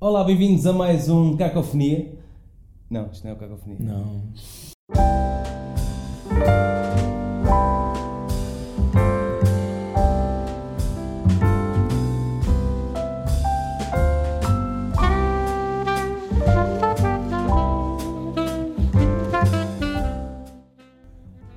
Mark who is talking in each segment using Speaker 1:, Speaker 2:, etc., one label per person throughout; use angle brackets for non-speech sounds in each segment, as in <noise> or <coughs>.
Speaker 1: Olá, bem-vindos a mais um Cacofonia. Não, isto não é o Cacofonia.
Speaker 2: Não.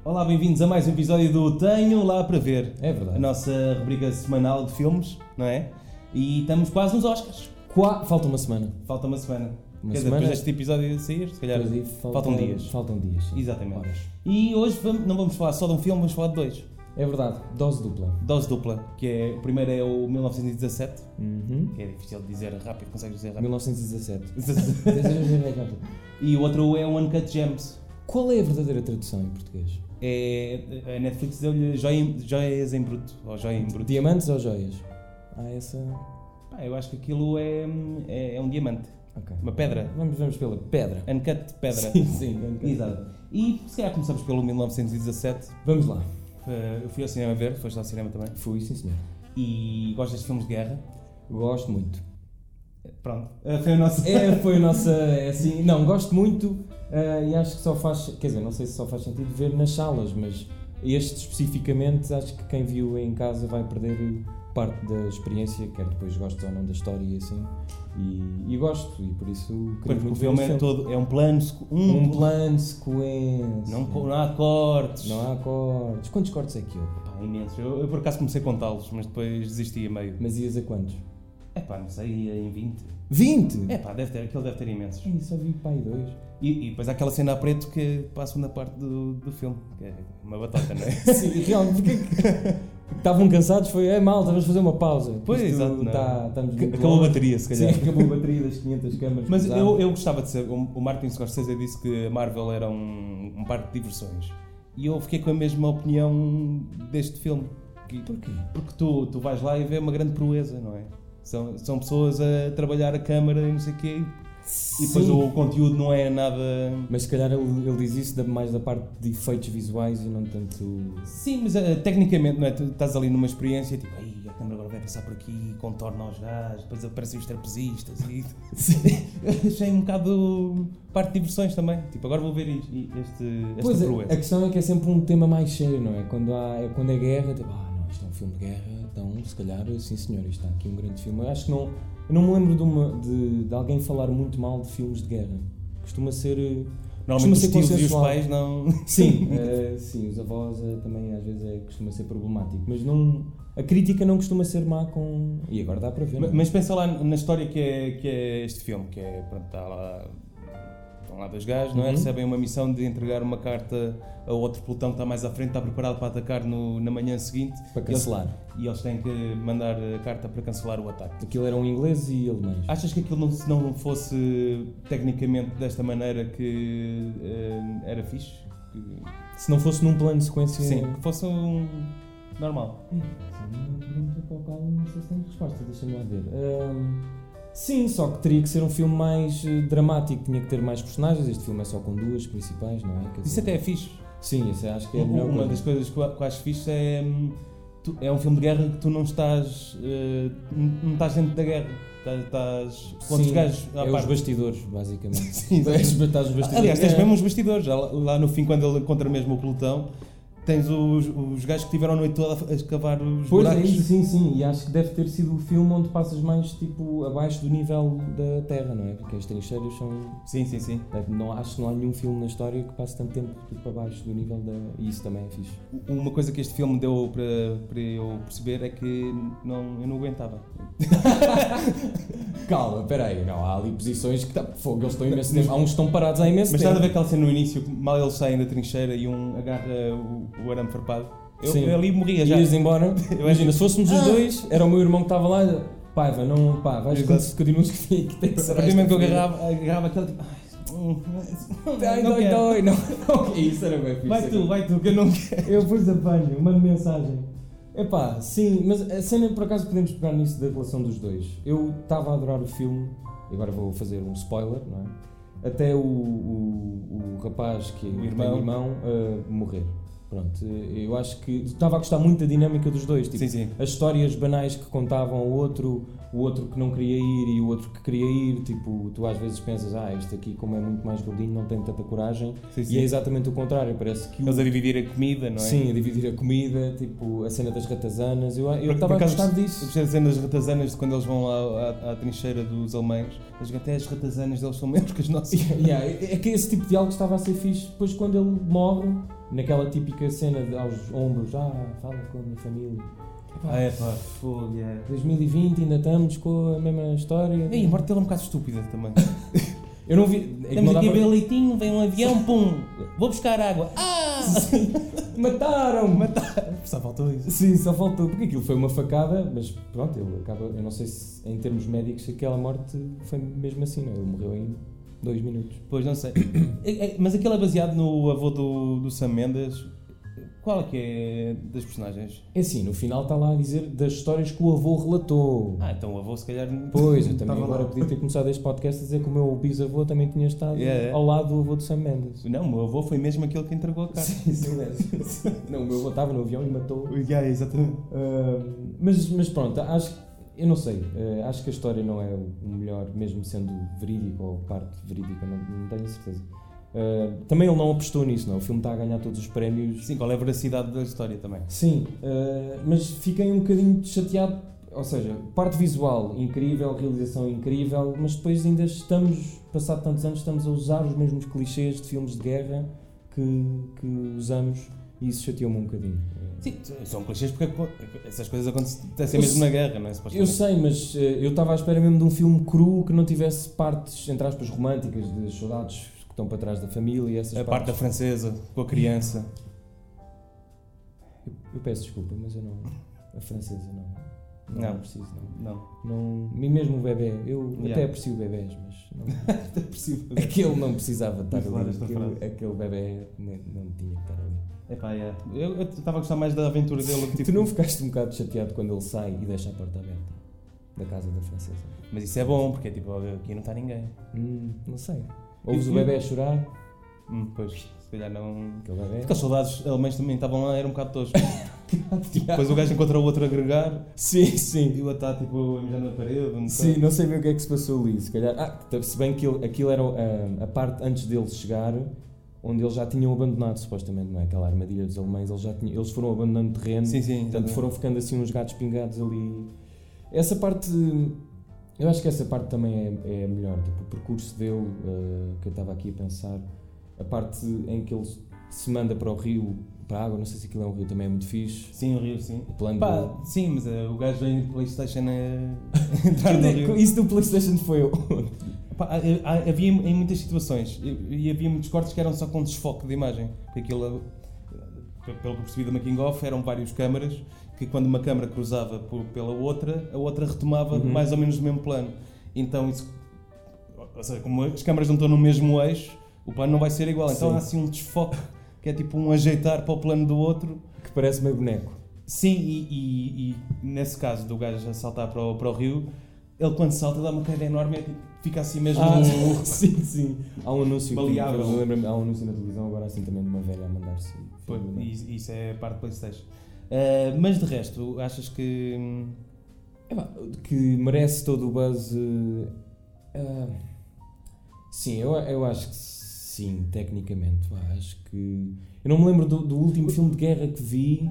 Speaker 1: Olá, bem-vindos a mais um episódio do Tenho Lá para Ver.
Speaker 2: É
Speaker 1: A
Speaker 2: verdade.
Speaker 1: nossa rubrica semanal de filmes, não é? E estamos quase nos Oscars.
Speaker 2: Qua- Falta uma semana.
Speaker 1: Falta uma semana.
Speaker 2: Uma
Speaker 1: Quer dizer,
Speaker 2: semana.
Speaker 1: depois deste episódio sair, se calhar
Speaker 2: Pois aí,
Speaker 1: faltam dias.
Speaker 2: Faltam dias. sim.
Speaker 1: Exatamente.
Speaker 2: Horas.
Speaker 1: E hoje vamos- não vamos falar só de um filme, vamos falar de dois.
Speaker 2: É verdade. Dose dupla.
Speaker 1: Dose dupla, que é, o primeiro é o 1917,
Speaker 2: Uhum.
Speaker 1: que é difícil de dizer rápido, consegues dizer rápido.
Speaker 2: 1917. Deixa-me ver.
Speaker 1: <laughs> e o outro é o Uncut Gems.
Speaker 2: <laughs> Qual é a verdadeira tradução em português?
Speaker 1: É, a Netflix deu-lhe joia- joias em bruto, ou joia em bruto.
Speaker 2: Diamantes ou joias? Ah, essa.
Speaker 1: Pá, eu acho que aquilo é, é, é um diamante,
Speaker 2: Ok.
Speaker 1: uma pedra,
Speaker 2: Vamos, vamos pela pedra.
Speaker 1: uncut de pedra.
Speaker 2: <laughs> Sim, sim.
Speaker 1: Exato. E se calhar começamos pelo 1917,
Speaker 2: Vamos lá.
Speaker 1: Eh, eu fui ao cinema ver, foste ao cinema também,
Speaker 2: Fui, sim, senhor.
Speaker 1: e gostas de filmes de guerra?
Speaker 2: Gosto muito.
Speaker 1: Pronto, Eh, foi o nosso...
Speaker 2: É, foi a nossa. é assim, não, gosto muito ah, e acho que só faz. Quer dizer, não sei se só faz sentido ver nas salas, mas este especificamente acho que quem viu em casa vai perder parte da experiência, quer depois gostes ou não da história e assim. E, e gosto, e por isso queria
Speaker 1: Porque o
Speaker 2: muito ver o
Speaker 1: filme é
Speaker 2: filme.
Speaker 1: todo, é um plano, sequ- um,
Speaker 2: Um plano, sequência.
Speaker 1: Não, co- não há cortes.
Speaker 2: não há cortes. Quantos cortes é que houve?
Speaker 1: Pá, imensos. Eu, eu por acaso comecei a contá-los, mas depois desisti a meio.
Speaker 2: Mas ias a quantos?
Speaker 1: É pá, não sei, ia em 20.
Speaker 2: 20!
Speaker 1: É pá, deve ter, aquele deve ter imensos.
Speaker 2: Ai, só vi pai dois.
Speaker 1: E, e depois há aquela cena a preto que passa na parte do, do filme, que é uma batata, não <laughs> é?
Speaker 2: Sim, realmente, porque <laughs> porque estavam cansados foi, é malta, vamos fazer uma pausa.
Speaker 1: Pois,
Speaker 2: Isto
Speaker 1: exato, não.
Speaker 2: Tá, estamos
Speaker 1: Que-
Speaker 2: muito
Speaker 1: Acabou a
Speaker 2: longe.
Speaker 1: bateria, se calhar.
Speaker 2: Sim, acabou a bateria das 500 câmaras.
Speaker 1: Mas
Speaker 2: que
Speaker 1: eu,
Speaker 2: usámos.
Speaker 1: eu gostava de saber, o, o Martin Scorsese disse que a Marvel era um, um parque de diversões. E eu fiquei com a mesma opinião deste filme. que-
Speaker 2: Porquê?
Speaker 1: Porque tu, tu vais lá e vê uma grande proeza, não é? São, são pessoas a trabalhar a câmara e não sei o quê. E depois
Speaker 2: Sim.
Speaker 1: o conteúdo não é nada.
Speaker 2: Mas se calhar ele, ele diz isso da- mais da parte de efeitos visuais e não tanto...
Speaker 1: Sim, mas eh, tecnicamente, não é? Tu estás ali numa experiência, tipo, ai, a câmera agora vai passar por aqui, contorna os gajos, depois aparecem os trapezistas e. <laughs> Achei um bocado parte de diversões também. Tipo, agora vou ver isto, e este, esta
Speaker 2: Pois, a,
Speaker 1: proeza.
Speaker 2: a questão é que é sempre um tema mais sério, não é? Quando há é quando é guerra, tipo, ah, não, isto é um filme de guerra, então, se calhar, sim senhor, isto está aqui um grande filme. Eu acho que não, eu não me lembro de, uma- de- de alguém falar muito mal de filmes de guerra. Costuma ser... eh, costuma
Speaker 1: Normalmente os
Speaker 2: ser
Speaker 1: tios e os
Speaker 2: consensual.
Speaker 1: pais não. <laughs>
Speaker 2: <laughs> Sim, eh, sim, os avós eh, também às vezes é, costuma ser problemático, mas não, a crítica não costuma ser má com. E agora dá para ver. não é?
Speaker 1: Mas pensa lá na história que é, que é este filme, que é, pronto, está lá, estão lá dois gajos, não é?
Speaker 2: Uhum.
Speaker 1: Recebem uma missão de entregar uma carta a outro pelotão que está mais à frente, está preparado para atacar no- na manhã seguinte.
Speaker 2: para
Speaker 1: E eles-
Speaker 2: cancelar.
Speaker 1: E eles têm que mandar a carta para cancelar o ataque.
Speaker 2: Aquilo eram ingleses e alemães.
Speaker 1: Achas que aquilo não, se não fosse tecnicamente desta maneira que eh, era fixe? Que-
Speaker 2: Se não fosse num plano de sequência. eh,
Speaker 1: Sim, que fosse um normal.
Speaker 2: Ih, uma pergunta para a qual não sei se tenho resposta, deixa-me lá ver. Ahm, sim, só que teria que ser um filme mais eh, dramático, tinha que ter mais personagens. Este filme é só com duas principais, não é? Quer
Speaker 1: Isso
Speaker 2: dizer-
Speaker 1: até é fixe. Um,
Speaker 2: Sim, isso acho que é a melhor
Speaker 1: uma
Speaker 2: coisa.
Speaker 1: das coisas que eu que eu acho fixe é. hum, tu- é um filme de guerra que tu não estás. eh, n- não estás dentro da guerra. Estás. estás com outros
Speaker 2: Sim,
Speaker 1: gajos à
Speaker 2: É os
Speaker 1: parte.
Speaker 2: bastidores, basicamente. <laughs>
Speaker 1: Sim,
Speaker 2: Estás os bastidores.
Speaker 1: Aliás, tens
Speaker 2: É.
Speaker 1: mesmo os bastidores. Já Lá, lá no fim, quando ele encontra mesmo o pelotão, tens os, os gajos que tiveram a noite toda a escavar os
Speaker 2: Pois é,
Speaker 1: buracos.
Speaker 2: isso, sim, sim, e acho que deve ter sido o filme onde passas mais tipo abaixo do nível da Terra, não é? Porque as trincheiras são.
Speaker 1: Sim, sim, sim.
Speaker 2: deve- Não, acho que não há nenhum filme na história que passe tanto tempo tipo, abaixo do nível da. E isso também é fixe.
Speaker 1: Uma coisa que este filme deu para, para eu perceber é que não, eu não aguentava.
Speaker 2: Calma, peraí, não, há ali posições que tá, fogo, eles estão imenso tempo. Há uns que estão parados há imenso
Speaker 1: Mas
Speaker 2: tempo.
Speaker 1: estás a ver aquela cena no início, que mal eles saem da trincheira e um agarra o, o arame farpado? Eu,
Speaker 2: Sim.
Speaker 1: eu ali morria já.
Speaker 2: Ias <laughs> embora.
Speaker 1: Eu acho
Speaker 2: Imagina, se fôssemos os
Speaker 1: Ah!
Speaker 2: dois, era o meu irmão que estava lá, paiva, não, pá, vais
Speaker 1: Exato.
Speaker 2: quando continuas que que tem que
Speaker 1: A
Speaker 2: ser.
Speaker 1: partir do momento que eu
Speaker 2: esta
Speaker 1: agarrava, agarrava aquele tipo. Ai, hum,
Speaker 2: Ai,
Speaker 1: não
Speaker 2: dói,
Speaker 1: quero.
Speaker 2: dói, não. não, <laughs> Isso era bem fixe.
Speaker 1: Vai tu, vai tu, que eu não quero.
Speaker 2: Eu depois apanho, mando mensagem. Epá, sim, mas a cena, por acaso podemos pegar nisso da relação dos dois. Eu estava a adorar o filme, e agora vou fazer um spoiler, não é? Até o, o, o rapaz que
Speaker 1: O
Speaker 2: tem
Speaker 1: irmão.
Speaker 2: irmão, ah, morrer. Pronto, eh, eu acho que estava a gostar muito da dinâmica dos dois. Tipo,
Speaker 1: sim, sim.
Speaker 2: as histórias banais que contavam o outro, o outro que não queria ir e o outro que queria ir, tipo, tu às vezes pensas, ah, este aqui, como é muito mais gordinho, não tem tanta coragem,
Speaker 1: sim,
Speaker 2: e é
Speaker 1: sim.
Speaker 2: exatamente o contrário, parece que o.
Speaker 1: Eles a dividir a comida, não é?
Speaker 2: Sim, a dividir a comida, tipo, a cena das ratazanas, eu eu
Speaker 1: Por-
Speaker 2: estava a
Speaker 1: por acaso,
Speaker 2: gostar
Speaker 1: Eu
Speaker 2: disso.
Speaker 1: gostei da cena das ratazanas de quando eles vão lá à, à trincheira dos alemães. Eles dizem até as ratazanas deles são menos que as nossas.
Speaker 2: <laughs> Yeah, é é que esse tipo de diálogo estava a ser fixe depois quando ele morre, naquela típica cena de, aos ombros, ah, fala com a minha família.
Speaker 1: <laughs> Ah, é pá, fogo, é.
Speaker 2: 2020 ainda estamos com a mesma história.
Speaker 1: E a morte dele é um bocado estúpida também.
Speaker 2: Eu não vi. é que
Speaker 1: Estamos
Speaker 2: não dá
Speaker 1: aqui a
Speaker 2: para-
Speaker 1: ver leitinho, vem um avião, pum! Vou buscar água. Ah!
Speaker 2: Mataram!
Speaker 1: Só faltou isso.
Speaker 2: Sim, só um. faltou. Porque aquilo foi uma facada, mas pronto, ele acaba. Eu não sei se em termos médicos aquela morte foi mesmo assim, não? é? Ele morreu em dois minutos.
Speaker 1: Pois, não sei. <coughs> É, é, Mas aquele é baseado no avô do, do Sam Mendes. Qual é que é das personagens?
Speaker 2: É assim, no final está lá a dizer das histórias que o avô relatou.
Speaker 1: Ah, então o avô se calhar...
Speaker 2: Pois, eu também
Speaker 1: estava
Speaker 2: agora
Speaker 1: lá.
Speaker 2: podia ter começado este podcast a dizer que o meu bisavô também tinha estado
Speaker 1: É, é.
Speaker 2: ao lado do avô de Sam Mendes.
Speaker 1: Não, o meu avô foi mesmo aquele que entregou a carta.
Speaker 2: <laughs> Sim, sim, é. Não, o meu avô estava no avião e matou
Speaker 1: Yeah, exatamente.
Speaker 2: Ahm, mas, mas pronto, acho que. Eu não sei, eh, acho que a história não é o melhor, mesmo sendo verídico ou parte verídica, não, não tenho certeza. Ah, também ele não apostou nisso, não. O filme está a ganhar todos os prémios.
Speaker 1: Sim, qual é a veracidade da história também.
Speaker 2: Sim, ah, mas fiquei um bocadinho chateado. Ou seja, parte visual incrível, realização incrível, mas depois ainda estamos, passado tantos anos, estamos a usar os mesmos clichês de filmes de guerra que, que usamos e isso chateou-me um bocadinho.
Speaker 1: Sim, são clichês porque é essas coisas acontecem
Speaker 2: Eu
Speaker 1: mesmo
Speaker 2: sei-
Speaker 1: na guerra, não é?
Speaker 2: Eu
Speaker 1: supostamente?
Speaker 2: sei, mas eh, eu estava à espera mesmo de um filme cru que não tivesse partes, entre aspas, românticas, de soldados que estão para trás da família e essas
Speaker 1: A parte da
Speaker 2: partes.
Speaker 1: francesa, com a criança.
Speaker 2: <laughs> Eu, eu peço desculpa, mas eu não. A francesa não. Não,
Speaker 1: Não.
Speaker 2: não. preciso, não.
Speaker 1: Não,
Speaker 2: não. E mesmo o bebê, eu
Speaker 1: Yeah.
Speaker 2: até aprecio bebés, mas.
Speaker 1: <laughs>
Speaker 2: Não, <laughs>
Speaker 1: é possível.
Speaker 2: aquele não precisava estar
Speaker 1: Claro,
Speaker 2: ali.
Speaker 1: esta frase.
Speaker 2: Aquele, aquele bebê não, não tinha que estar ali.
Speaker 1: Epá, é. Eu estava a gostar mais da aventura dele. Tipo...
Speaker 2: <laughs> Tu não ficaste um bocado chateado quando ele sai e deixa a porta aberta da casa da francesa?
Speaker 1: Mas isso é bom, porque é tipo, ó, aqui não está ninguém.
Speaker 2: Hum, não sei. Ouves o bebê a chorar?
Speaker 1: Hum, pois, se calhar não. É <laughs>
Speaker 2: Aquele bebê.
Speaker 1: Porque os soldados alemães também estavam lá, era um bocado <laughs> tosco.
Speaker 2: <laughs>
Speaker 1: tipo, depois o gajo encontra o outro a agregar
Speaker 2: Sim, sim.
Speaker 1: e o outro está tipo a mijar na parede. Um
Speaker 2: Sim,
Speaker 1: bocado.
Speaker 2: não sei bem o que é que se passou ali. Se calhar. Ah, t- se bem que ele- aquilo era ah, a parte antes dele chegar, onde eles já tinham abandonado, supostamente, não é? Aquela armadilha dos alemães, eles já tinham, eles foram abandonando terreno,
Speaker 1: sim, sim.
Speaker 2: portanto
Speaker 1: exatamente.
Speaker 2: foram ficando assim uns gatos pingados ali. Essa parte. Eu acho que essa parte também é, é a melhor. Tipo, o percurso dele, ah, que eu estava aqui a pensar, a parte em que ele se manda para o rio, para a água, não sei se aquilo é um rio, também é muito fixe.
Speaker 1: Sim, o Rio, sim.
Speaker 2: O plano dele-
Speaker 1: Pá, sim, mas eh, o gajo vem do PlayStation
Speaker 2: <laughs>
Speaker 1: a <laughs> entrar no Rio.
Speaker 2: Isso do PlayStation foi eu.
Speaker 1: Pá, há- há- havia em muitas situações e e havia muitos cortes que eram só com desfoque de imagem. Porque aquilo, eh, pelo que eu percebi da Making Off, eram vários câmaras que, quando uma câmara cruzava por- pela outra, a outra retomava
Speaker 2: Uhum.
Speaker 1: mais ou menos no mesmo plano. Então, isso, ou seja, como as câmaras não estão no mesmo eixo, o plano não vai ser igual. Então,
Speaker 2: Sim.
Speaker 1: há assim um desfoque que é tipo um ajeitar para o plano do outro.
Speaker 2: que parece meio boneco.
Speaker 1: Sim, e, e- e nesse caso do gajo a saltar para o, para o rio, ele quando salta dá uma queda enorme e fica assim mesmo.
Speaker 2: Ah.
Speaker 1: um- <laughs>
Speaker 2: sim, sim. Há um anúncio. que-
Speaker 1: Baleável.
Speaker 2: eu lembro-me, há um anúncio na televisão agora assim também de uma velha a mandar-se. né?
Speaker 1: Foi,
Speaker 2: filmar.
Speaker 1: e isso é parte do Playstation. Ah, mas de resto, achas que. hum,
Speaker 2: É pá, que merece todo o buzz. eh, ah, sim, eu, eu acho que sim, tecnicamente. vá, acho que. Eu não me lembro do, do último filme de guerra que vi.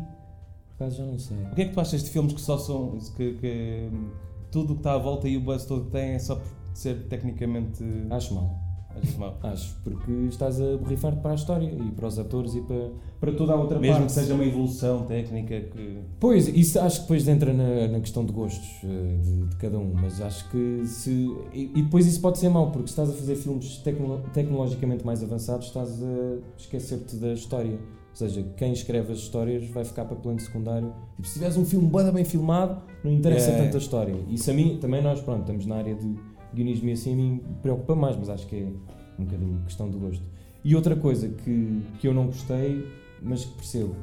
Speaker 2: Por acaso já não sei.
Speaker 1: O que é que tu achas de filmes que só são. que, que, hum, tudo o que está à volta e o buzz todo que tem é só por ser tecnicamente. ah,
Speaker 2: Acho mal.
Speaker 1: achas mau?
Speaker 2: Acho, porque estás a borrifar-te para a história e para os atores e para, para toda a outra
Speaker 1: Mesmo
Speaker 2: parte.
Speaker 1: que seja uma evolução técnica que.
Speaker 2: Pois, isso acho que depois entra na, na questão de gostos eh, de, de cada um, mas acho que se. E, e depois isso pode ser mau, porque se estás a fazer filmes tecno- tecnologicamente mais avançados, estás a esquecer-te da história. Ou seja, quem escreve as histórias vai ficar para plano secundário. Tipo, se tiveres um filme bué bem filmado, não interessa
Speaker 1: É.
Speaker 2: tanto a história. Isso a mim, também nós, pronto, estamos na área de guionismo e assim, a mim preocupa mais, mas acho que é um bocadinho questão do gosto. E outra coisa que, que eu não gostei, mas que percebo,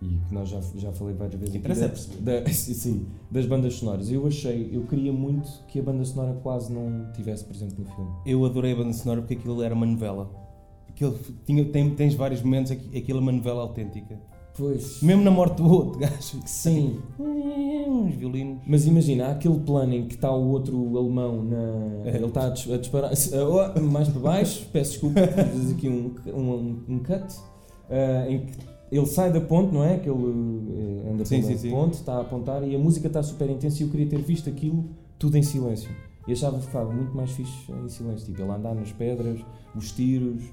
Speaker 2: e que nós já, já falei várias vezes aqui,
Speaker 1: Interessa
Speaker 2: da-
Speaker 1: é perceber.
Speaker 2: da- <laughs> sim, sim, das bandas sonoras. Eu achei, eu queria muito que a banda sonora quase não tivesse presente no filme.
Speaker 1: Eu adorei a banda sonora porque aquilo era uma novela. Aquilo tinha, tem, tens vários momentos, aqui- aquilo é uma novela autêntica.
Speaker 2: Pois.
Speaker 1: Mesmo na morte do
Speaker 2: <laughs>
Speaker 1: outro gajo.
Speaker 2: Sim. Hum,
Speaker 1: Uns violinos.
Speaker 2: Mas imagina, há aquele plano em que está o outro alemão na.
Speaker 1: É.
Speaker 2: Ele está a, dis- a disparar. Ah, oh, mais
Speaker 1: <laughs>
Speaker 2: para baixo, peço desculpa, fiz aqui um, um, um cut. ah, em que ele sai da ponte, não é? Que ele eh, anda
Speaker 1: Sim,
Speaker 2: pela
Speaker 1: sim, sim.
Speaker 2: ponte, está a apontar e a música está super intensa e eu queria ter visto aquilo tudo em silêncio. E achava que ficava muito mais fixe em silêncio. Tipo, ele a andar nas pedras, os tiros.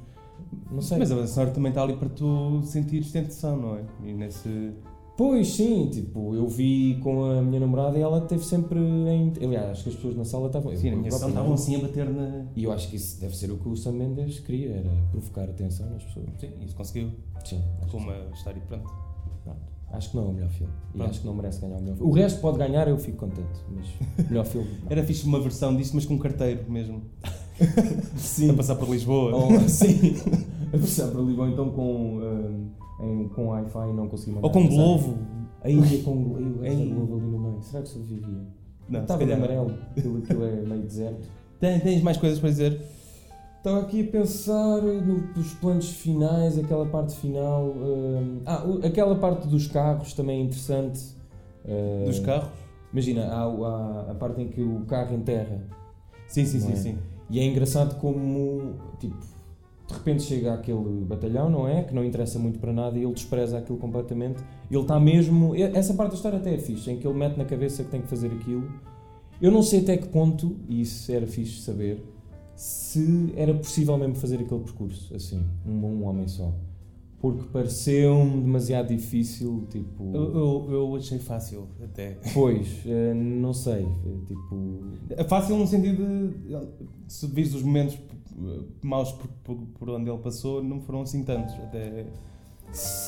Speaker 2: Não sei.
Speaker 1: Mas a banda sonora também está ali para tu sentires tentação, não é? E nesse.
Speaker 2: Pois sim, tipo, eu vi com a minha namorada e ela teve sempre em. Aliás, acho que as pessoas na sala estavam.
Speaker 1: Sim, na
Speaker 2: eu
Speaker 1: minha sessão
Speaker 2: É
Speaker 1: estavam
Speaker 2: próprio não.
Speaker 1: assim a bater na.
Speaker 2: E eu acho que isso deve ser o que o Sam Mendes queria, era provocar atenção nas pessoas.
Speaker 1: Sim, isso conseguiu.
Speaker 2: Sim, acho,
Speaker 1: Com uma história, pronto.
Speaker 2: pronto. Acho que não é o melhor filme. E
Speaker 1: Pronto.
Speaker 2: acho que não merece ganhar o melhor filme. O resto pode ganhar, eu fico contente, mas melhor filme.
Speaker 1: <laughs>
Speaker 2: não. <laughs>
Speaker 1: Era fixe uma versão disto, mas com um carteiro mesmo.
Speaker 2: Sim.
Speaker 1: A passar por Lisboa.
Speaker 2: Ou, sim. <laughs> A versão para Lisboa, então com, ah, em, com Wi-Fi não consegui mandar.
Speaker 1: Ou com um
Speaker 2: mensagem.
Speaker 1: Globo.
Speaker 2: Aí é com Globo. Aí
Speaker 1: Ei.
Speaker 2: o Globo ali no meio. Será que sobrevivia?
Speaker 1: Não,
Speaker 2: Estava
Speaker 1: se
Speaker 2: de
Speaker 1: calhar não.
Speaker 2: amarelo, aquilo, aquilo é meio deserto.
Speaker 1: Tem- Tens mais coisas para dizer?
Speaker 2: Estava aqui a pensar no- nos planos finais, aquela parte final. hum, ah, o- aquela parte dos carros também é interessante. Hum,
Speaker 1: Dos carros?
Speaker 2: Imagina, há, o- há a parte em que o carro enterra.
Speaker 1: Sim, sim,
Speaker 2: Não
Speaker 1: sim,
Speaker 2: é?
Speaker 1: sim.
Speaker 2: E é engraçado como, tipo, de repente chega aquele batalhão, não é? Que não interessa muito para nada e ele despreza aquilo completamente. Ele está mesmo. e- Essa parte da história até é fixe, em que ele mete na cabeça que tem que fazer aquilo. Eu não sei até que ponto, e isso era fixe saber, se era possível mesmo fazer aquele percurso, assim, um, um homem só. Porque pareceu-me demasiado difícil, tipo.
Speaker 1: Eu, eu, eu achei fácil, até.
Speaker 2: Pois, eh, não sei, eh, tipo.
Speaker 1: É Fácil no sentido de. Se vires os momentos eh, maus por, por- por onde ele passou, não foram assim tantos. Até.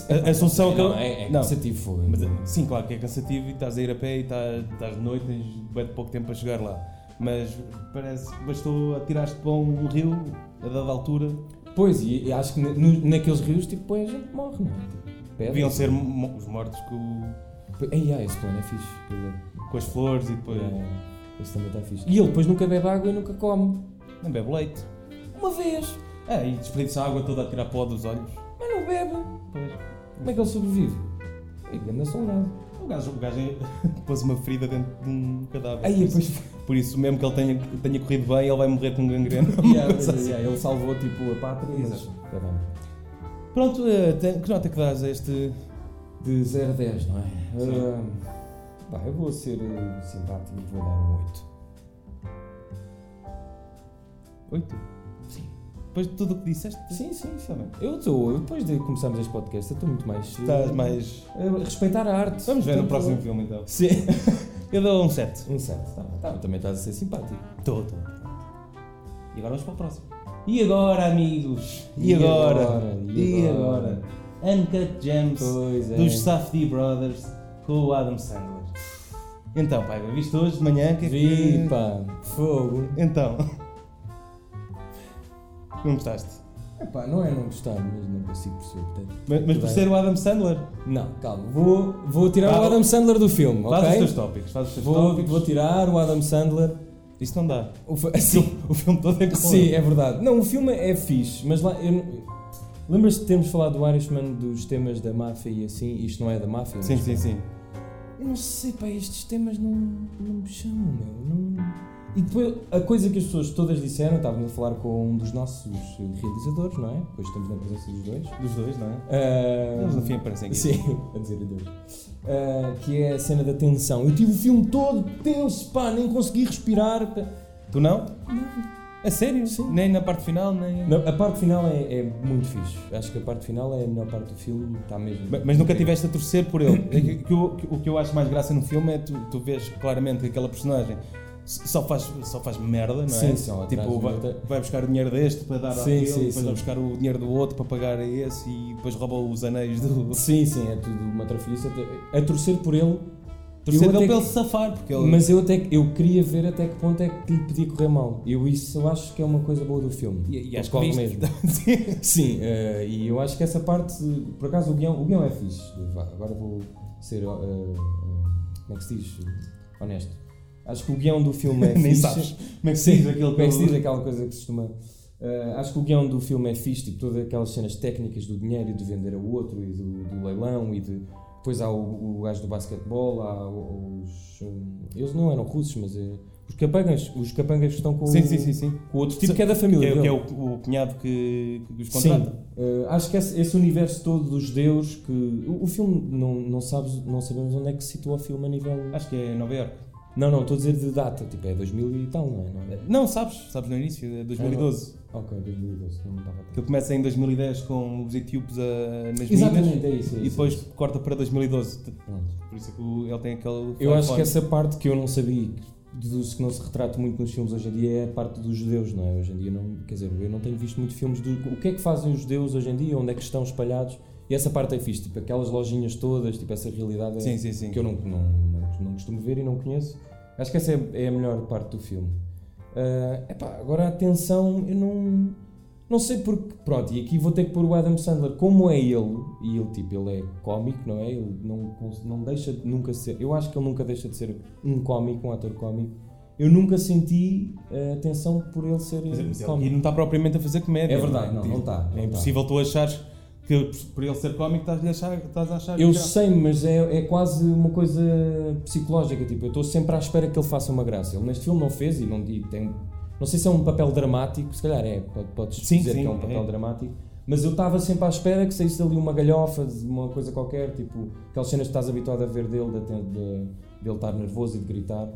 Speaker 1: A- a solução que eu-
Speaker 2: não, é, é
Speaker 1: não.
Speaker 2: cansativo, foi.
Speaker 1: Mas, sim, claro que é cansativo e estás a ir a pé e estás, estás de noite, tens bem pouco tempo para chegar lá. Mas parece que bastou atiraste para um rio a dada altura.
Speaker 2: Pois, e, e acho que na- no- naqueles rios, tipo, põe a gente morre, não é? Tipo, pedras.
Speaker 1: Deviam ser mo- os mortos com,
Speaker 2: Ei, ah, esse plano é fixe. Ele,
Speaker 1: com as flores e depois.
Speaker 2: é, esse também está fixe. E ele depois nunca bebe água e nunca come.
Speaker 1: Não bebe leite.
Speaker 2: Uma vez,
Speaker 1: Ah, e desperdiça a água toda a tirar pó dos olhos.
Speaker 2: mas não bebe.
Speaker 1: Pois.
Speaker 2: Como é que ele sobrevive? Ei, grande soldado.
Speaker 1: O gajo, o gajo é- pôs uma ferida dentro de um cadáver.
Speaker 2: Aí
Speaker 1: por, isso,
Speaker 2: depois.
Speaker 1: por isso mesmo que ele tenha, tenha corrido bem, ele vai morrer com gangrena. <laughs>
Speaker 2: Yeah,
Speaker 1: Uma coisa assim.
Speaker 2: yeah, ele salvou, tipo, a pátria. Mas...
Speaker 1: Exato.
Speaker 2: Tá bem.
Speaker 1: Pronto, eh, tem- que nota que dás a este.
Speaker 2: De 0 a 10, não é?
Speaker 1: Sim.
Speaker 2: Ah, pá, eu vou ser eh, simpático e vou dar um 8.
Speaker 1: 8?
Speaker 2: Sim.
Speaker 1: Depois de tudo o que disseste?
Speaker 2: Sim, sim, sim.
Speaker 1: Também.
Speaker 2: Eu estou, depois de começarmos este podcast, eu estou muito mais. eh,
Speaker 1: Estás mais.
Speaker 2: a Respeitar a arte.
Speaker 1: Vamos ver no
Speaker 2: Portanto,
Speaker 1: próximo filme então.
Speaker 2: Sim.
Speaker 1: Eu dou um 7.
Speaker 2: Um certo, tá, tá, também estás a ser simpático.
Speaker 1: Estou, estou. E agora vamos para o próximo. E agora, amigos? E,
Speaker 2: E
Speaker 1: agora?
Speaker 2: agora?
Speaker 1: E
Speaker 2: E
Speaker 1: agora? Uncut Gems
Speaker 2: Pois é.
Speaker 1: dos Safdie Brothers com o Adam Sandler. Então, pai, viste hoje de manhã? Que é
Speaker 2: Vi,
Speaker 1: que-
Speaker 2: pá, fogo.
Speaker 1: Então. <laughs> Não gostaste?
Speaker 2: Epá, não é não gostar, mas não consigo perceber. portanto,
Speaker 1: Mas, mas por
Speaker 2: bem.
Speaker 1: ser o Adam Sandler,
Speaker 2: Não, calma, vou, vou tirar
Speaker 1: Pá,
Speaker 2: o Adam Sandler do filme,
Speaker 1: faz os teus
Speaker 2: ok?
Speaker 1: tópicos. Faz os teus
Speaker 2: Vou,
Speaker 1: tópicos.
Speaker 2: vou tirar o Adam Sandler.
Speaker 1: Isto não dá.
Speaker 2: O fa- sim,
Speaker 1: <laughs> O filme todo é com
Speaker 2: sim,
Speaker 1: ele.
Speaker 2: é verdade. Não, o filme é fixe, mas lá. Eu, não- Lembras-te de termos falado do Irishman, dos temas da máfia e assim? Isto não é da máfia?
Speaker 1: Sim,
Speaker 2: mas
Speaker 1: sim, sim.
Speaker 2: Eu não sei, pá, estes temas não, não me chamam, meu. Não... E depois, a coisa que as pessoas todas disseram, estávamos a falar com um dos nossos realizadores, não é? Depois estamos na presença dos dois.
Speaker 1: Dos dois, não é?
Speaker 2: Ah,
Speaker 1: Eles no fim aparecem aqui.
Speaker 2: <laughs> Sim, a dizer adeus. Ah, que é a cena da tensão. Eu tive o filme todo tenso, pá, nem consegui respirar. pá.
Speaker 1: Tu não? A sério? Nem na parte final, nem.
Speaker 2: Não, a parte final é, é muito fixe. Acho que a parte final é a melhor parte do filme, está mesmo.
Speaker 1: Mas, mas nunca
Speaker 2: incrível.
Speaker 1: tiveste a torcer por ele.
Speaker 2: <coughs>
Speaker 1: É que- que eu- que- o que eu acho mais graça no filme é tu, tu vês claramente que aquela personagem s- só faz, só faz merda, não é?
Speaker 2: Sim, só
Speaker 1: Tipo, vai,
Speaker 2: atrás de merda.
Speaker 1: vai buscar o dinheiro deste para dar
Speaker 2: Sim,
Speaker 1: àquele,
Speaker 2: sim,
Speaker 1: depois
Speaker 2: sim.
Speaker 1: vai buscar o dinheiro do outro para pagar a esse e depois rouba os anéis do. <laughs>
Speaker 2: Sim, sim, é tudo uma trafolhice. A torcer por ele.
Speaker 1: Torcer
Speaker 2: eu
Speaker 1: dele
Speaker 2: até
Speaker 1: para
Speaker 2: que-
Speaker 1: ele se safar, porque ele.
Speaker 2: Mas eu até que- eu queria ver até que ponto é que lhe podia correr mal. Eu isso eu acho que é uma coisa boa do filme.
Speaker 1: E- e
Speaker 2: Ele
Speaker 1: acho que
Speaker 2: corre
Speaker 1: viste.
Speaker 2: mesmo.
Speaker 1: <laughs> Sim.
Speaker 2: Sim, eh, e eu acho que essa parte, por acaso o guião, o guião é fixe. Vá, agora vou ser eh, eh, como é que se diz? Honesto. Acho que o guião do filme é
Speaker 1: Nem
Speaker 2: fixe. <laughs>
Speaker 1: sabes. Como é que se
Speaker 2: Sim,
Speaker 1: diz aquele
Speaker 2: como é que se diz
Speaker 1: pelo-
Speaker 2: aquela coisa que se costuma. Ah, acho que o guião do filme é fixe, tipo, todas aquelas cenas técnicas do dinheiro e de vender ao outro e do, do leilão e de. Depois há o, o gajo do basquetebol, há o- os. hum, Eles não eram russos, mas. eh, os capangas, os capangas que estão com,
Speaker 1: Sim,
Speaker 2: o-
Speaker 1: sim, sim, sim.
Speaker 2: tipo, com o outro tipo que é da família.
Speaker 1: Que é, que
Speaker 2: dele.
Speaker 1: é o, o cunhado que, que os
Speaker 2: Sim,
Speaker 1: contrata.
Speaker 2: eh, acho que esse, esse universo todo dos deuses que. O, o filme, não, não, sabes, não sabemos onde é que se situa o filme a nível.
Speaker 1: Acho que é Nova York.
Speaker 2: Não, não, estou a dizer de data, tipo, é 2000 e tal, não é? Não é?
Speaker 1: Não, sabes, sabes no início, é 2012.
Speaker 2: Ok, 2012, não estava a
Speaker 1: Que ele começa em 2010 com os etíopes a, nas minas
Speaker 2: Exatamente, é isso. é
Speaker 1: e
Speaker 2: isso,
Speaker 1: depois
Speaker 2: é isso.
Speaker 1: corta para 2012.
Speaker 2: Pronto.
Speaker 1: Por isso é que o- ele tem aquele.
Speaker 2: Eu acho
Speaker 1: fone.
Speaker 2: que essa parte que eu não sabia, que deduzo que não se retrata muito nos filmes hoje em dia, é a parte dos judeus, não é? Hoje em dia, não, quer dizer, eu não tenho visto muito filmes do. O que é que fazem os judeus hoje em dia, onde é que estão espalhados? E essa parte é fixe, tipo, aquelas lojinhas todas, tipo, essa realidade é,
Speaker 1: Sim, sim, sim.
Speaker 2: que eu não, não, não, não costumo ver e não conheço. Acho que essa é, é a melhor parte do filme. Ah, epá, agora a tensão, eu não. Não sei porque. Pronto, e aqui vou ter que pôr o Adam Sandler. Como é ele, e ele tipo, ele é cómico, não é? Ele não, cons- não deixa de nunca ser. Eu acho que ele nunca deixa de ser um cómico, um ator cómico. Eu nunca senti ah, a tensão por ele ser
Speaker 1: Mas- mas ele- E
Speaker 2: cómico.
Speaker 1: não está propriamente a fazer comédia.
Speaker 2: É verdade, não, tá. não está.
Speaker 1: É impossível tu achares que por ele ser cómico estás, achar, estás a achar.
Speaker 2: Eu
Speaker 1: graça.
Speaker 2: sei, mas é, é quase uma coisa psicológica. Tipo, eu estou sempre à espera que ele faça uma graça. Ele neste filme não fez e não e tem. Não sei se é um papel dramático, se calhar é, pode- podes
Speaker 1: Sim,
Speaker 2: dizer
Speaker 1: sim,
Speaker 2: que é um papel
Speaker 1: é.
Speaker 2: dramático, mas eu estava sempre à espera que saísse ali uma galhofa, de uma coisa qualquer, tipo aquelas cenas que estás habituado a ver dele, de, de, de ele estar nervoso e de gritar.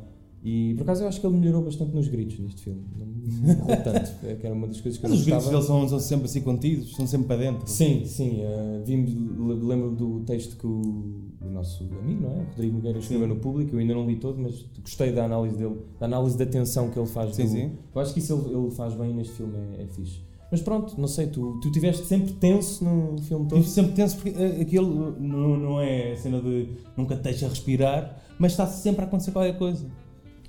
Speaker 2: E por acaso eu acho que ele melhorou bastante nos gritos neste filme. Não me errou tanto, é que era uma das coisas que eu
Speaker 1: Mas os gritos
Speaker 2: gostava.
Speaker 1: dele são, são sempre assim contidos, são sempre para dentro.
Speaker 2: Sim, sim. eh, vimos, le- lembro-me do texto que o, o nosso amigo, não é? Rodrigo Nogueira escreveu no público, eu ainda não li todo, mas gostei da análise dele, da análise da tensão que ele faz.
Speaker 1: Sim,
Speaker 2: do-
Speaker 1: sim.
Speaker 2: Eu acho que isso ele, ele faz bem neste filme, é, é fixe. Mas pronto, não sei, tu, tu tiveste sempre tenso no filme todo.
Speaker 1: Tive sempre tenso porque eh, aquilo eh, não, não é a cena de nunca te deixa respirar, mas está sempre a acontecer qualquer coisa.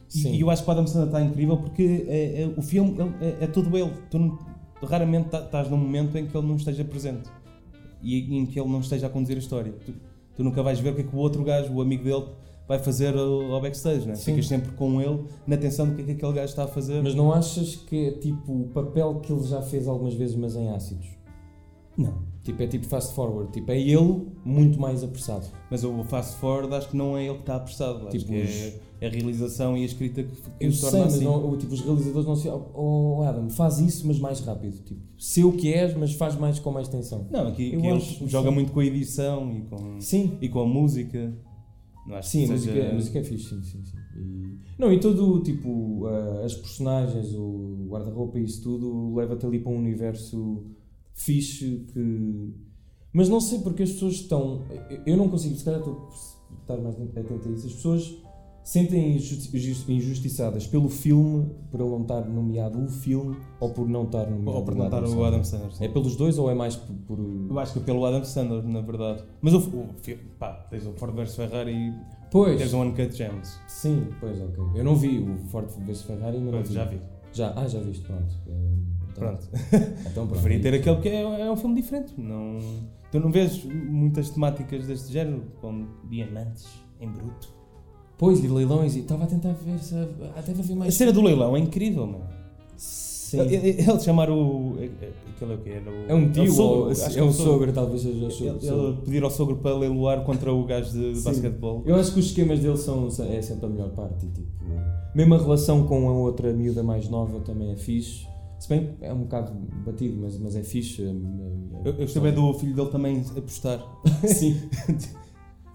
Speaker 1: E-
Speaker 2: Sim.
Speaker 1: E eu acho que o Adam Sandler está incrível porque eh, eh, o filme ele- é, é tudo ele. Tu não- raramente tá- estás num momento em que ele não esteja presente e em que ele não esteja a conduzir a história. Tu, tu nunca vais ver o que é que o outro gajo, o amigo dele, vai fazer ao, ao backstage, não é?
Speaker 2: Sim.
Speaker 1: Ficas sempre com ele na atenção do que é que aquele gajo está a fazer.
Speaker 2: Mas não achas que é tipo o papel que ele já fez algumas vezes, mas em ácidos?
Speaker 1: não.
Speaker 2: Tipo, é tipo fast forward, tipo, é ele muito mais apressado.
Speaker 1: Mas o Fast Forward acho que não é ele que está apressado. Acho
Speaker 2: Tipo,
Speaker 1: que é- é a realização e a escrita que, que
Speaker 2: Eu
Speaker 1: o
Speaker 2: sei,
Speaker 1: torna
Speaker 2: mas
Speaker 1: assim.
Speaker 2: não- o- tipo, os realizadores não se. Oh, oh, Adam, faz isso, mas mais rápido. Tipo, sei o que és, mas faz mais com mais tensão.
Speaker 1: Não, aqui
Speaker 2: Eu
Speaker 1: que ele
Speaker 2: acho-
Speaker 1: joga
Speaker 2: sim.
Speaker 1: muito com a edição e com,
Speaker 2: Sim,
Speaker 1: e com a música. Não acho
Speaker 2: sim, a
Speaker 1: que
Speaker 2: música,
Speaker 1: seja...
Speaker 2: a música é fixe, sim, sim. sim. E- não, e todo o tipo, ah, as personagens, o guarda-roupa e isso tudo leva-te ali para um universo fixe que. Mas não sei porque as pessoas estão. eu- Eu não consigo, se calhar estou a estar mais atento a isso. As pessoas sentem injusti- injusti- injustiçadas pelo filme, por ele não estar nomeado o filme, ou por é não estar nomeado
Speaker 1: Ou
Speaker 2: o Adam
Speaker 1: perguntar o
Speaker 2: Sandler?
Speaker 1: Adam Sandler. sim.
Speaker 2: É pelos dois ou é mais por. por-
Speaker 1: Eu acho que é pelo Adam Sandler, na verdade. Mas o, o fi- pá, tens o Ford vs Ferrari e tens
Speaker 2: Pois.
Speaker 1: o Uncut Gems.
Speaker 2: Sim, pois, ok. Eu não vi o Ford vs Ferrari, ainda não
Speaker 1: Pois,
Speaker 2: vi.
Speaker 1: já vi.
Speaker 2: Já, ah, já viste, pronto. Hum, então-
Speaker 1: Pronto.
Speaker 2: <laughs> Então, pronto.
Speaker 1: Preferia ter aquele que é, é um filme diferente. Não... Tu não vês muitas temáticas deste género, com diamantes em bruto.
Speaker 2: Pois, e leilões, e estava a tentar ver se. Até ver
Speaker 1: A
Speaker 2: mais.
Speaker 1: cena do leilão é incrível, mano.
Speaker 2: Sim.
Speaker 1: Ele, ele- ele chamar o. é- é- Aquele é o quê? Era o-
Speaker 2: É um tio,
Speaker 1: o sogro,
Speaker 2: ou,
Speaker 1: acho que
Speaker 2: é um
Speaker 1: o
Speaker 2: sogro, talvez seja o sogro.
Speaker 1: Ele, ele pedir ao sogro para leiloar contra o gajo de, de
Speaker 2: Sim.
Speaker 1: basquetebol.
Speaker 2: Eu acho que os esquemas dele são, são- é sempre a melhor parte. e, tipo, mesmo a relação com a outra miúda mais nova também é fixe. Se bem que é um bocado batido, mas, mas é fixe. é- é-
Speaker 1: Eu, eu gostei bem do filho dele também apostar.
Speaker 2: <laughs> Sim.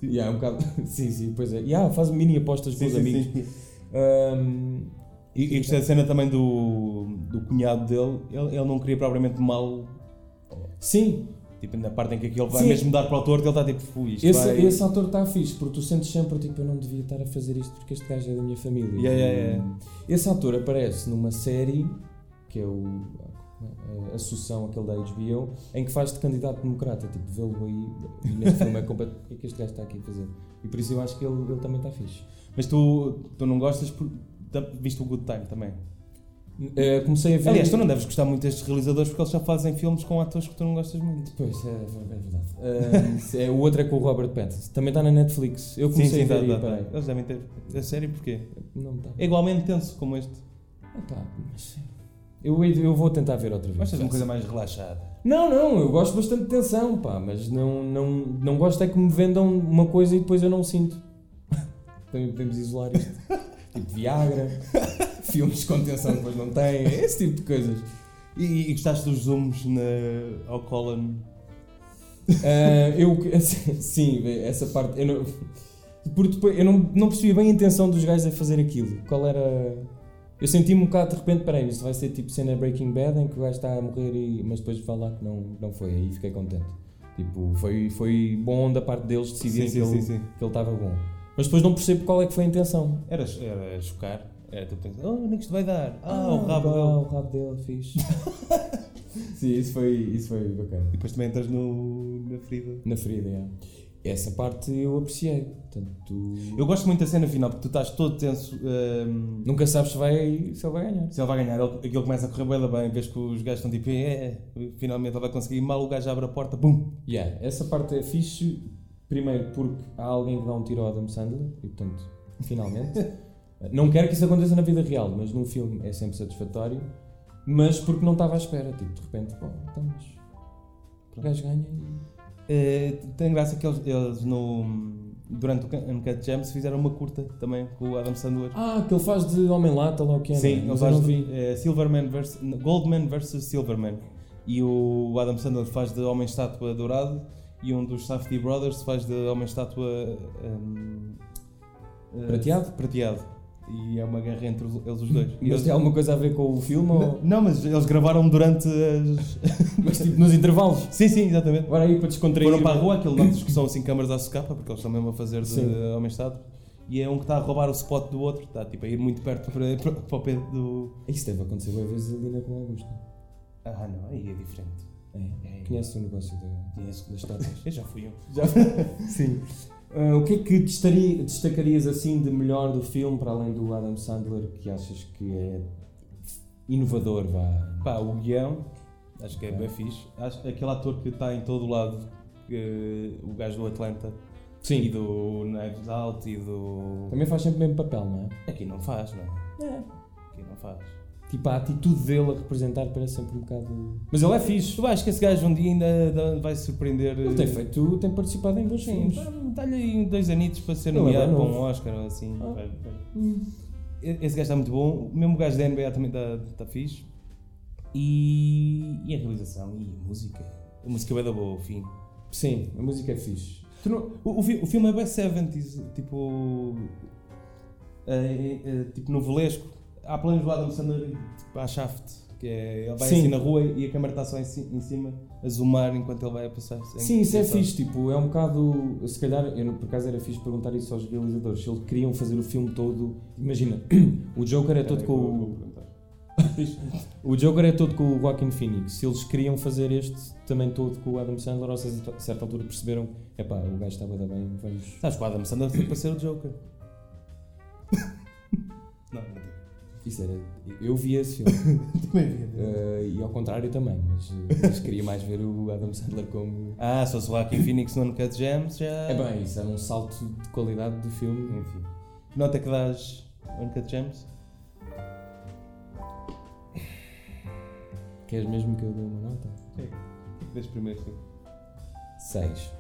Speaker 2: yeah, é um bocado. <laughs> Sim, sim, pois é. Yeah, faz mini apostas com os amigos.
Speaker 1: sim.
Speaker 2: Ahm,
Speaker 1: E e gostei da cena também do, do cunhado dele. Ele, ele não queria propriamente mal.
Speaker 2: sim,
Speaker 1: Tipo, na parte em que aquilo vai
Speaker 2: Sim.
Speaker 1: mesmo dar para o torto, ele está tipo, fui, isto
Speaker 2: esse,
Speaker 1: vai...
Speaker 2: esse autor está fixe, porque tu sentes sempre tipo, eu não devia estar a fazer isto porque este gajo é da minha família. Hum.
Speaker 1: Yeah, yeah, yeah.
Speaker 2: Esse autor aparece numa série que é o a Associação, aquele da HBO, em que faz de candidato democrata, tipo, vê-lo aí e neste filme é completo. O que é que este gajo está aqui a fazer? E por isso eu acho que ele, ele também está fixe.
Speaker 1: Mas tu, tu não gostas por... da- Viste o Good Time também.
Speaker 2: Eh, comecei a ver.
Speaker 1: Aliás, tu não deves gostar muito destes realizadores porque eles já fazem filmes com atores que tu não gostas muito.
Speaker 2: Pois, é, é verdade. Ah, é, o outro é com o Robert Pattinson. Também está na Netflix. Eu comecei a ver
Speaker 1: tá,
Speaker 2: e
Speaker 1: tá,
Speaker 2: parei.
Speaker 1: tá. Eles devem ter. A sério, porquê?
Speaker 2: Não está.
Speaker 1: É igualmente tenso como este.
Speaker 2: Epá, mas Eu, eu vou tentar ver outra vez.
Speaker 1: Gostas de uma coisa mais relaxada.
Speaker 2: Não, não, eu gosto bastante de tensão, pá, mas não, não, não gosto é que me vendam uma coisa e depois eu não sinto. <laughs> Também podemos isolar isto. tipo Viagra, <laughs> filmes com tensão depois não têm, esse tipo de coisas.
Speaker 1: E, e gostaste dos zooms na... ao Colin?
Speaker 2: Ah, eu, <laughs> sim, essa parte, eu não, porque depois, eu não, não percebi bem a intenção dos gajos a fazer aquilo. Qual era. Eu senti-me um bocado de repente, peraí, isto vai ser tipo cena Breaking Bad em que o gajo está a morrer, e, mas depois falar que não, não foi, aí fiquei contente. Tipo, foi, foi bom da parte deles decidirem que, ele, que ele estava bom. Mas depois não percebo qual é que foi a intenção.
Speaker 1: Era, era chocar. Era tu pensar, oh, onde é que isto vai dar? Ah, o
Speaker 2: pá,
Speaker 1: rabo.
Speaker 2: o rabo dele, fixe. <laughs> Sim, isso foi, isso foi bacana.
Speaker 1: E depois também entras no, na ferida.
Speaker 2: Na ferida, é. Essa parte eu apreciei. Portanto,
Speaker 1: Eu gosto muito da cena final, porque tu estás todo tenso. hum,
Speaker 2: nunca sabes se, vai, se ele vai ganhar.
Speaker 1: se ele vai ganhar, ele, aquilo começa a correr bué da bem, vês que os gajos estão tipo, é, finalmente ele vai conseguir, e mal o gajo abre a porta, bum!
Speaker 2: Yeah, essa parte é fixe, primeiro porque há alguém que dá um tiro ao Adam Sandler, e portanto, <laughs> finalmente. não quero que isso aconteça na vida real, mas num filme é sempre satisfatório. Mas porque não estava à espera, tipo, de repente, bom, então, mas. O gajo ganha e.
Speaker 1: Eh, tem graça que eles, eles no, durante o Ca- Uncut Gems fizeram uma curta também com o Adam Sandler.
Speaker 2: Ah, que ele faz de Homem-Lata, lá o que é,
Speaker 1: Sim,
Speaker 2: não é?
Speaker 1: ele
Speaker 2: Mas eu
Speaker 1: faz
Speaker 2: não
Speaker 1: de,
Speaker 2: vi.
Speaker 1: eh, Silverman versus, Goldman versus Silverman. E o Adam Sandler faz de Homem-Estátua Dourado e um dos Safety Brothers faz de Homem-Estátua. ehm, eh,
Speaker 2: Prateado?
Speaker 1: Prateado. E é uma guerra entre os- eles os dois. E
Speaker 2: Mas
Speaker 1: eles-
Speaker 2: tem alguma coisa a ver com o filme?
Speaker 1: Não,
Speaker 2: Ou...
Speaker 1: não, mas eles gravaram durante as.
Speaker 2: <laughs> mas tipo, nos intervalos.
Speaker 1: Sim, sim, exatamente.
Speaker 2: Agora aí para descontrair.
Speaker 1: Foram para a rua, aquele notas que são assim câmaras à socapa, porque eles estão mesmo a fazer de
Speaker 2: Sim.
Speaker 1: homem-estado. E é um que está a roubar o spot do outro, está tipo a ir muito perto para, para, para o pé do.
Speaker 2: Isso deve acontecer várias vezes ali na com Augusto.
Speaker 1: Ah, não, aí é diferente. <laughs>
Speaker 2: É. Conheces o negócio da,
Speaker 1: Conheço.
Speaker 2: das estátuas?
Speaker 1: Eu já fui um.
Speaker 2: Já. Sim. Ah, o que é que destaria- destacarias assim de melhor do filme, para além do Adam Sandler, que achas que é inovador, vá?
Speaker 1: Pá, o guião, acho que é
Speaker 2: Ok.
Speaker 1: bem fixe. Acho, aquele ator que está em todo o lado, que- o gajo do Atlanta e do Knives Out e do.
Speaker 2: Também faz sempre o mesmo papel, não é?
Speaker 1: Aqui não faz, não é?
Speaker 2: É.
Speaker 1: Aqui não faz.
Speaker 2: Tipo, a atitude dele a representar parece sempre um bocado. Mas ele é fixe.
Speaker 1: Tu achas que esse gajo um dia ainda dá- vai surpreender. eh,
Speaker 2: Ele tem feito, tem participado em bons
Speaker 1: Sim,
Speaker 2: filmes.
Speaker 1: dá- dá-lhe aí dois anitos para ser
Speaker 2: Ele é
Speaker 1: nomeado
Speaker 2: bem
Speaker 1: para um
Speaker 2: novo.
Speaker 1: Oscar ou assim.
Speaker 2: Ah.
Speaker 1: Vai- vai. Esse gajo está muito bom. O mesmo gajo da NBA também está, está fixe. E, e a realização e a música. A música é da boa, o fim.
Speaker 2: Sim, a música é fixe.
Speaker 1: Tu não- o, o fi- o filme é bem 70s, tipo. é- é- é tipo novelesco. Há planos do Adam Sandler tipo, à shaft, que é, ele vai
Speaker 2: Sim.
Speaker 1: assim na rua e a câmera está só em, ci- em cima a zoomar enquanto ele vai a passar.
Speaker 2: Sim, isso é
Speaker 1: engraçado.
Speaker 2: fixe, tipo, é um bocado, se calhar, eu, não- por acaso era fixe perguntar isso aos realizadores, se eles queriam fazer o filme todo, imagina, <clears throat> o Joker é
Speaker 1: Espera
Speaker 2: todo
Speaker 1: aí,
Speaker 2: com
Speaker 1: vou- vou
Speaker 2: o, <laughs>
Speaker 1: perguntar.
Speaker 2: o Joker é todo com o Joaquin Phoenix, se eles queriam fazer este também todo com o Adam Sandler, ou seja, a certa altura perceberam, epá, o gajo estava da bem, vamos...
Speaker 1: Sabes que o Adam Sandler foi para ser o <coughs> Joker. não, não tem.
Speaker 2: Isso era, eu vi esse filme,
Speaker 1: Também vi.
Speaker 2: eh, e ao contrário também, mas, eh, mas queria mais ver o Adam Sandler como...
Speaker 1: Ah, se fosse o Joaquin Phoenix no Uncut Gems já...
Speaker 2: É bem, isso era um salto de qualidade do filme,
Speaker 1: Enfim. Nota que dás ao Uncut Gems?
Speaker 2: queres mesmo que eu dê uma nota?
Speaker 1: Vês primeiro, sim.
Speaker 2: 6.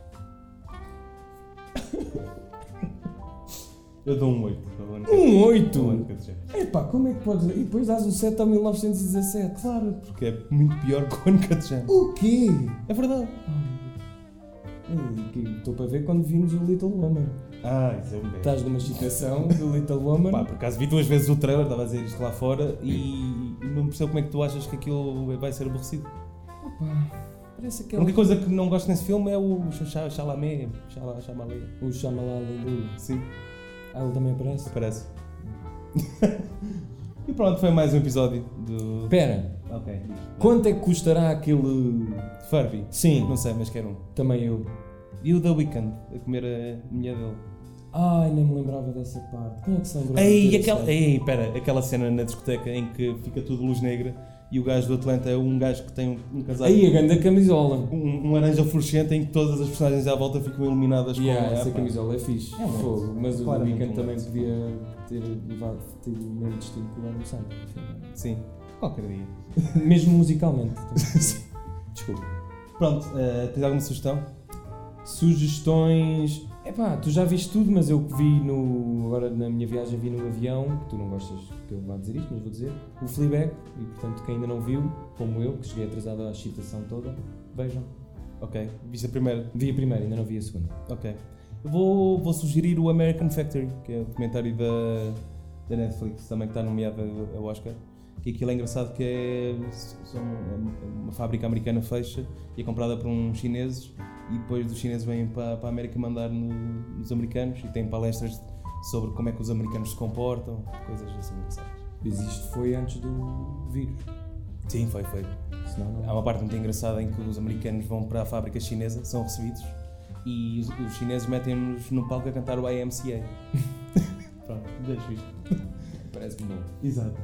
Speaker 1: Eu dou um 8. ao Uncut-
Speaker 2: Um
Speaker 1: ao
Speaker 2: 8!
Speaker 1: Uncut Gems.
Speaker 2: Epá, como é que podes. E depois dás um 7 a 1917.
Speaker 1: Claro, porque é muito pior que o Uncut Gems.
Speaker 2: O quê?
Speaker 1: É verdade.
Speaker 2: Ei, que- Estou para ver quando vimos o Little Woman.
Speaker 1: Ah, isso é um bem.
Speaker 2: Estás numa agitação do Little Woman.
Speaker 1: Pá, por acaso vi duas vezes o trailer, estava a dizer isto lá fora e e não percebo como é que tu achas que aquilo vai ser aborrecido.
Speaker 2: Pá, Parece
Speaker 1: A
Speaker 2: aquele.
Speaker 1: única coisa que não gosto nesse filme é o Xaxá- Xalamé, Xalá- Xamalé.
Speaker 2: O chama lá Aleluia.
Speaker 1: Sim,
Speaker 2: Ah, ele também aparece.
Speaker 1: aparece. <laughs> e pronto, foi mais um episódio do.
Speaker 2: Espera,
Speaker 1: Ok.
Speaker 2: quanto é que custará aquele.
Speaker 1: Furby.
Speaker 2: Sim,
Speaker 1: Não sei, mas quero um.
Speaker 2: também eu.
Speaker 1: E o The Weeknd, a comer a mulher dele.
Speaker 2: Ai, nem me lembrava dessa parte. Quem é que se lembrou? de
Speaker 1: Ei,
Speaker 2: ter
Speaker 1: aquela,
Speaker 2: esse-
Speaker 1: ei, pera, aquela cena na discoteca em que fica tudo luz negra e o gajo do Atlanta é um gajo que tem um, um casaco.
Speaker 2: Aí, a grande camisola.
Speaker 1: Um, um laranja fluorescente em que todas as personagens à volta ficam iluminadas
Speaker 2: Yeah,
Speaker 1: com
Speaker 2: essa
Speaker 1: pá.
Speaker 2: camisola é fixe.
Speaker 1: É um
Speaker 2: Fogo,
Speaker 1: lance.
Speaker 2: Mas o
Speaker 1: Claramente
Speaker 2: Weekend
Speaker 1: um
Speaker 2: também
Speaker 1: lance.
Speaker 2: podia ter levado ter o mesmo destino que o Adam Sandler. é?
Speaker 1: Sim. Qualquer dia. <laughs>
Speaker 2: Mesmo musicalmente. <laughs>
Speaker 1: Desculpa. Pronto, eh, tens alguma sugestão?
Speaker 2: Sugestões. Epá, tu já viste tudo, mas eu que vi no. Agora na minha viagem vi no avião, que tu não gostas que eu vá dizer isto, mas vou dizer. O Fleabag, e portanto quem ainda não viu, como eu, que cheguei atrasado à excitação toda, vejam.
Speaker 1: Ok. Viste a primeira?
Speaker 2: Vi a primeira, ainda não vi a segunda.
Speaker 1: Ok. Eu Vou, vou sugerir o American Factory, que é o documentário da, da Netflix, também que está nomeado ao- ao Oscar. E aquilo é engraçado que é, são- é uma- uma fábrica americana fecha e é comprada por uns chineses e depois dos chineses vêm para, para a América mandar no- nos americanos e têm palestras sobre como é que os americanos se comportam, coisas assim engraçadas.
Speaker 2: Mas isto foi antes do vírus.
Speaker 1: Sim, foi, foi.
Speaker 2: Senão não.
Speaker 1: Há uma parte muito engraçada em que os americanos vão para a fábrica chinesa, são recebidos e os, os chineses metem-nos no palco a cantar o IMCA. <laughs> Pronto, deixo isto.
Speaker 2: Parece-me bom.
Speaker 1: Exato.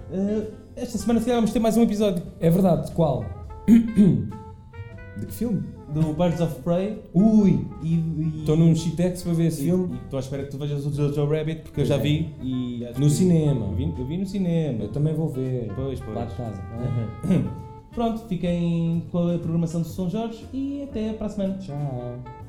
Speaker 1: esta semana, se calhar, vamos ter mais um episódio
Speaker 2: É verdade, qual? De que filme?
Speaker 1: do Birds of Prey.
Speaker 2: Ui!
Speaker 1: E. e-
Speaker 2: Estou num Shitex para ver esse
Speaker 1: e-
Speaker 2: filme.
Speaker 1: e Estou à espera que tu vejas o Jojo Rabbit, porque eu já vi. E acho
Speaker 2: No
Speaker 1: que-
Speaker 2: cinema.
Speaker 1: Eu vi, eu vi no
Speaker 2: Eu
Speaker 1: cinema.
Speaker 2: também vou ver.
Speaker 1: Pois, pois.
Speaker 2: Lá de casa.
Speaker 1: Pronto, fiquem com a programação do São Jorge e até para a semana.
Speaker 2: Tchau.